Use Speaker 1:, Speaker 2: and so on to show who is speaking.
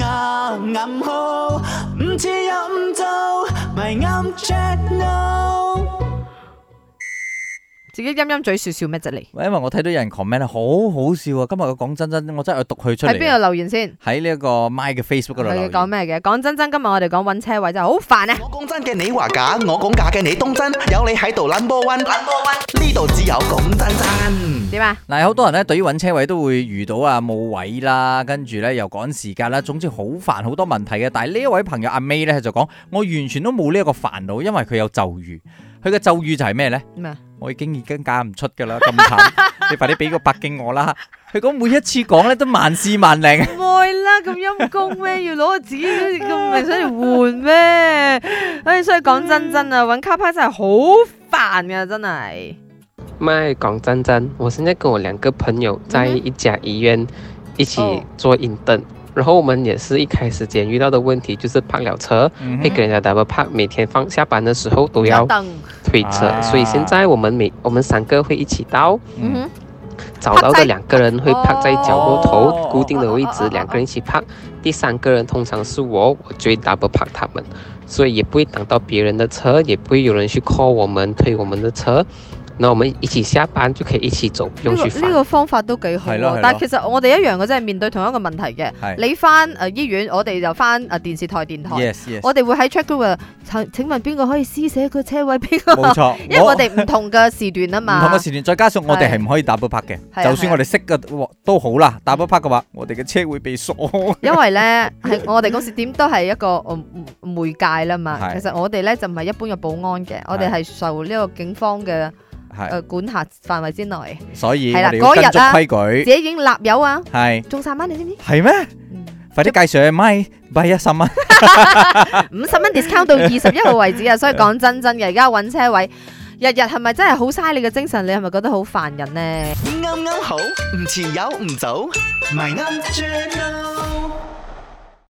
Speaker 1: 牙暗號，唔似又唔做，咪啱 check no。
Speaker 2: 自己陰陰嘴笑笑咩啫你？
Speaker 3: 喂因為我睇到有人 comment 好好笑啊！今日我講真真，我真係要讀佢出
Speaker 2: 喺邊度
Speaker 3: 嚟。啊
Speaker 2: 留言先？
Speaker 3: 喺呢一個 My 嘅 Facebook 嗰度留
Speaker 2: 佢
Speaker 3: 言
Speaker 2: 講咩嘅？講真真，今日我哋講揾車位真係好煩啊！
Speaker 1: 我講真嘅你話假，我講假嘅你當真，有你喺度 number one，number one，呢度只有講真真。
Speaker 3: 嗯
Speaker 2: 點啊？
Speaker 3: 嗱，好多人咧對於揾車位都會遇到啊冇位啦，跟住咧又趕時間啦，總之好煩好多問題嘅。但係呢一位朋友阿 May 咧就講，我完全都冇呢一個煩惱，因為佢有咒語。佢嘅咒語就係咩呢？
Speaker 2: 咩啊？
Speaker 3: 我已經已經嫁唔出㗎啦，咁慘！你快啲俾個北京我啦。佢講每一次講咧都萬事萬靈，
Speaker 2: 唔會啦，咁陰公咩？ 要攞我自己咁命想嚟換咩？唉，所以講真真啊，揾卡牌真係好煩噶，真係。
Speaker 4: 卖广真真，我现在跟我两个朋友在
Speaker 2: 嗯哼
Speaker 4: 一家医院一起
Speaker 2: 哦
Speaker 4: 做引灯，然后我们也是一开始间遇到的问题就是泊了车，
Speaker 3: 嗯
Speaker 4: 会跟人家 double park，每天放下班的时候都要
Speaker 2: 等，
Speaker 4: 推车，
Speaker 3: 啊
Speaker 4: 所以现在我们每我们三个会一起到，
Speaker 2: 嗯
Speaker 3: 嗯
Speaker 2: 哼，
Speaker 4: 找到的两个人会
Speaker 2: 哦
Speaker 4: 趴在角
Speaker 3: 哦
Speaker 4: 落头固定的位
Speaker 2: 哦哦哦
Speaker 4: 置
Speaker 2: 哦，
Speaker 4: 两个人一起趴。第三个人通常是我，我就会 double park 他们，所以也不会挡到别人的车，也不会有人去 call 我们推我们的车。那我们一起下班就可以一起走，不
Speaker 2: 呢
Speaker 4: 用
Speaker 2: 個
Speaker 4: 去
Speaker 2: 呢
Speaker 4: 烦。
Speaker 2: 個方法都幾好
Speaker 3: 係咯係
Speaker 2: 喎
Speaker 3: 咯。
Speaker 2: 但係其實我哋一樣嘅，真係面對同一個問題嘅。
Speaker 3: 係
Speaker 2: 你翻誒醫院，我哋就翻誒電視台電台。
Speaker 3: yes yes，
Speaker 2: 嗯我哋會喺 check group 啊，請請問邊個可以施寫個車位俾個？
Speaker 3: 冇錯，
Speaker 2: 因為我哋唔同嘅時段啊
Speaker 3: 唔同
Speaker 2: 嘛
Speaker 3: 嘅。時段，再加上我哋係唔可以 double
Speaker 2: 係
Speaker 3: park 嘅，
Speaker 2: 啊
Speaker 3: 就算我哋識嘅都好啦，double park 嘅話，我哋嘅車會 被鎖。
Speaker 2: 因為咧係我哋公司點都係一個呃媒介啦嘛。
Speaker 3: 係
Speaker 2: 其實我哋咧就唔係一般嘅保安嘅，我哋係受呢個警方嘅
Speaker 3: 係，
Speaker 2: 誒管轄範圍之內。
Speaker 3: 所以我
Speaker 2: 係啦
Speaker 3: 哋要
Speaker 2: 嗰
Speaker 3: 跟足
Speaker 2: 日啊
Speaker 3: 規
Speaker 2: 自
Speaker 3: 矩，
Speaker 2: 己已經立有啊，
Speaker 3: 係
Speaker 2: 仲三蚊你知唔知？
Speaker 3: 係咩？快啲介紹去咪咪一十蚊，
Speaker 2: 五十蚊 discount 到二十一號為止啊！所以講真真嘅，而家揾車位，日日係咪真係好嘥你嘅精神？你係咪覺得好煩人呢？
Speaker 1: 啱啱好，唔遲有唔早，咪啱 check no。